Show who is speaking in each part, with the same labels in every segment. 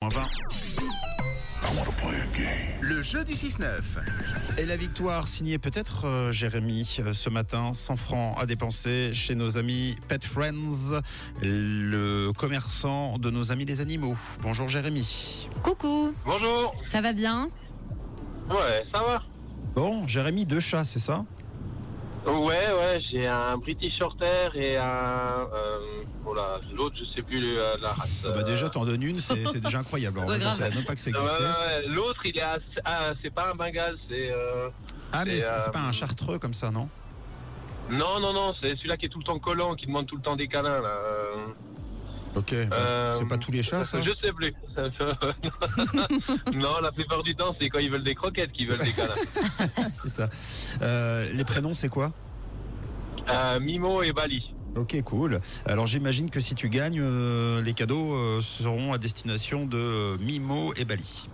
Speaker 1: 2020. Le jeu du 6-9.
Speaker 2: Et la victoire signée peut-être euh, Jérémy euh, ce matin, 100 francs à dépenser chez nos amis Pet Friends, le commerçant de nos amis les animaux. Bonjour Jérémy.
Speaker 3: Coucou,
Speaker 4: Bonjour.
Speaker 3: ça va bien
Speaker 4: Ouais, ça va
Speaker 2: Bon, Jérémy, deux chats, c'est ça
Speaker 4: Ouais, ouais, j'ai un British Shorter et un. euh, oh là, l'autre, je sais plus euh, la race.
Speaker 2: bah Déjà, t'en donnes une, c'est c'est déjà incroyable. Alors,
Speaker 3: Ouais,
Speaker 2: je
Speaker 3: grave.
Speaker 2: savais même pas que ça
Speaker 4: Euh, ouais,
Speaker 2: existait.
Speaker 4: ouais, ouais, L'autre, il est. assez- ah, c'est pas un Bengale, c'est. euh,
Speaker 2: ah, mais
Speaker 4: et,
Speaker 2: c'est
Speaker 4: euh,
Speaker 2: c'est pas un chartreux comme ça, non
Speaker 4: Non, non, non, c'est celui-là qui est tout le temps collant, qui demande tout le temps des câlins, là. euh,
Speaker 2: Ok,
Speaker 4: euh,
Speaker 2: c'est pas tous les chats, Ah, ça
Speaker 4: Je sais plus. non, la plupart du temps, c'est quand ils veulent des croquettes qu'ils veulent des câlins.
Speaker 2: C'est ça. Euh, les prénoms, c'est quoi
Speaker 4: Euh, Mimo et Bali.
Speaker 2: Ok, cool. Alors j'imagine que si tu gagnes, euh, les cadeaux euh, seront à destination de euh, Mimo et Bali.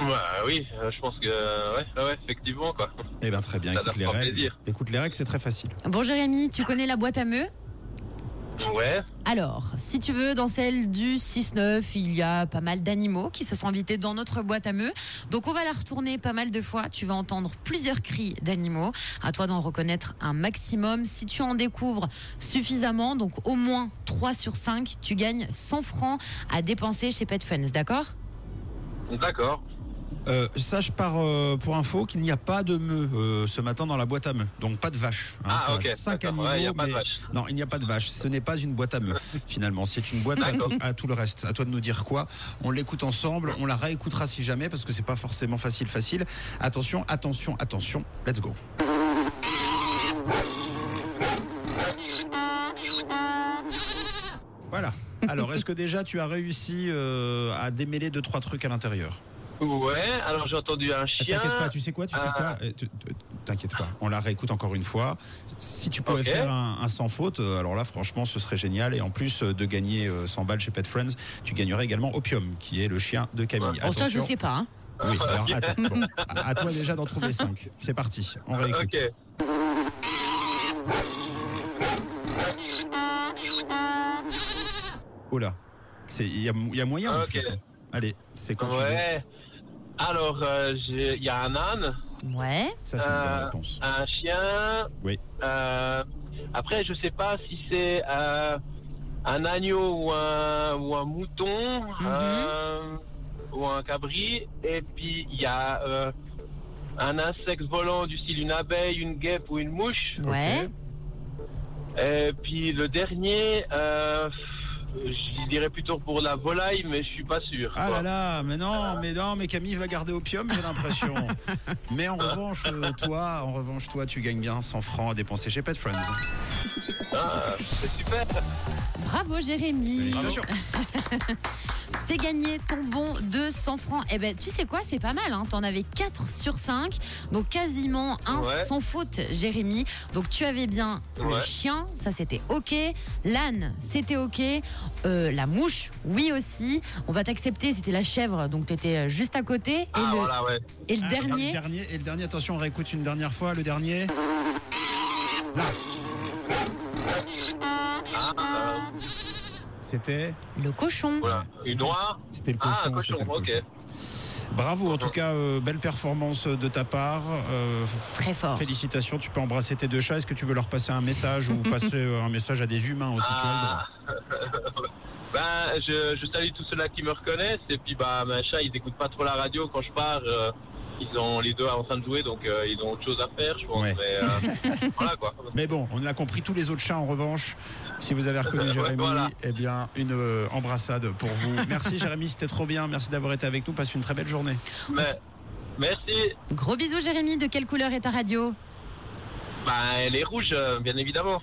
Speaker 4: Ouais, oui, euh, je pense que. Ouais, ouais, effectivement, quoi.
Speaker 2: Eh bien très bien,
Speaker 4: Ça
Speaker 2: écoute
Speaker 4: leur
Speaker 2: les
Speaker 4: fera
Speaker 2: règles.
Speaker 4: plaisir.
Speaker 2: Écoute les règles, c'est très facile.
Speaker 3: Bon Jérémy, tu connais la boîte à meux
Speaker 4: Ouais.
Speaker 3: Alors, si tu veux, dans celle du 6-9, il y a pas mal d'animaux qui se sont invités dans notre boîte à meux. Donc on va la retourner pas mal de fois. Tu vas entendre plusieurs cris d'animaux. À toi d'en reconnaître un maximum. Si tu en découvres suffisamment, donc au moins 3 sur 5, tu gagnes 100 francs à dépenser chez Pet Friends, d'accord
Speaker 4: D'accord.
Speaker 2: Euh, sache par euh, pour info qu'il n'y a pas de meux euh, ce matin dans la boîte à meux, donc pas de vache. hein. Tu
Speaker 4: Ah,
Speaker 2: as
Speaker 4: ok.
Speaker 2: Cinq
Speaker 4: d'accord.
Speaker 2: animaux,
Speaker 4: Ouais, y a pas de
Speaker 2: mais-
Speaker 4: vache.
Speaker 2: Non, il n'y a pas de vache. Ce n'est pas une boîte à meux. Finalement, c'est une boîte à tout, à tout le reste. À toi de nous dire quoi. On l'écoute ensemble. On la réécoutera si jamais parce que c'est pas forcément facile, facile. Attention, attention, attention. Let's go. Voilà. Alors, est-ce que déjà tu as réussi euh, à démêler deux trois trucs à l'intérieur
Speaker 4: Ouais, alors j'ai entendu un
Speaker 2: Eh,
Speaker 4: chien.
Speaker 2: T'inquiète pas, tu sais quoi, tu sais
Speaker 4: Ah.
Speaker 2: quoi Eh, tu- tu- T'inquiète pas, on la réécoute encore une fois. Si tu pouvais
Speaker 4: Ok.
Speaker 2: faire un, un sans faute, euh, alors là, franchement, ce serait génial. Et en plus euh, de gagner euh, 100 balles chez Pet Friends, tu gagnerais également Opium, qui est le chien de Camille.
Speaker 4: Ah,
Speaker 3: Bon, ça, je
Speaker 2: Attention.
Speaker 3: sais pas. hein.
Speaker 2: Oui, alors attends, bon, à, à toi déjà d'en trouver 5. C'est parti, on réécoute.
Speaker 4: Ok.
Speaker 2: Oh là, C'est- il y a, il y a moyen. en
Speaker 4: Ok.
Speaker 2: plus. hein. Allez, c'est quand tu veux.
Speaker 4: Ouais. Alors, euh, j'ai- il y a un âne,
Speaker 3: Ouais.
Speaker 2: Ça, c'est une bonne
Speaker 4: Euh,
Speaker 2: réponse.
Speaker 4: un chien.
Speaker 2: Oui.
Speaker 4: Euh, après, je sais pas si c'est euh, un agneau ou un, ou un mouton
Speaker 3: Mhm.
Speaker 4: euh, ou un cabri. Et puis, il y a euh, un insecte volant du style une abeille, une guêpe ou une mouche.
Speaker 3: Ouais.
Speaker 4: Et puis le dernier, euh, je dirais plutôt pour la volaille, mais je suis pas sûr.
Speaker 2: Ah là
Speaker 4: quoi.
Speaker 2: là, mais non, mais non, mais Camille va garder opium, j'ai l'impression. mais en revanche, euh, toi, en revanche, toi, tu gagnes bien 100 francs à dépenser chez Pet Friends.
Speaker 4: Ah, C'est super.
Speaker 3: Bravo Jérémy.
Speaker 2: Félicitations.
Speaker 3: C'est gagné ton bon de 100 francs. Eh ben, tu sais quoi, c'est pas mal. Hein T'en avais 4 sur 5, donc quasiment un
Speaker 4: Ouais.
Speaker 3: sans faute, Jérémy. Donc tu avais bien le
Speaker 4: Ouais.
Speaker 3: chien, ça c'était ok. L'âne, c'était ok. Euh, la mouche, oui aussi. On va t'accepter, c'était la chèvre, donc t'étais euh, juste à côté. Et
Speaker 4: Ah
Speaker 3: le,
Speaker 4: voilà, ouais.
Speaker 3: et le
Speaker 2: Ah,
Speaker 3: dernier,
Speaker 2: le dernier. Et le dernier, attention, on réécoute une dernière fois. Le dernier. Là. C'était.
Speaker 3: le cochon.
Speaker 4: Voilà. Une noire.
Speaker 2: C'était le cochon.
Speaker 4: Ah, un cochon,
Speaker 2: c'était le
Speaker 4: ok.
Speaker 2: cochon. Bravo, en tout cas, euh, belle performance de ta part. Euh,
Speaker 3: Très fort.
Speaker 2: Félicitations, tu peux embrasser tes deux chats. Est-ce que tu veux leur passer un message ou passer euh, un message à des humains aussi tu as le droit.
Speaker 4: Ah. Ben, je, je salue tous ceux-là qui me reconnaissent. Et puis, bah, ma chat, ils écoutent pas trop la radio quand je pars. euh, ils ont les deux en train de jouer, donc euh, ils ont autre chose à faire, je pense.
Speaker 2: Ouais.
Speaker 4: Mais euh, voilà quoi.
Speaker 2: Mais bon, on a compris tous les autres chats en revanche. Si vous avez reconnu
Speaker 4: Ouais,
Speaker 2: Jérémy,
Speaker 4: voilà.
Speaker 2: eh bien, une euh, embrassade pour vous. Merci Jérémy, c'était trop bien. Merci d'avoir été avec nous. Passe une très belle journée.
Speaker 4: Mais, merci.
Speaker 3: Gros bisous Jérémy, de quelle couleur est ta radio
Speaker 4: Ben, les rouges, euh, bien évidemment.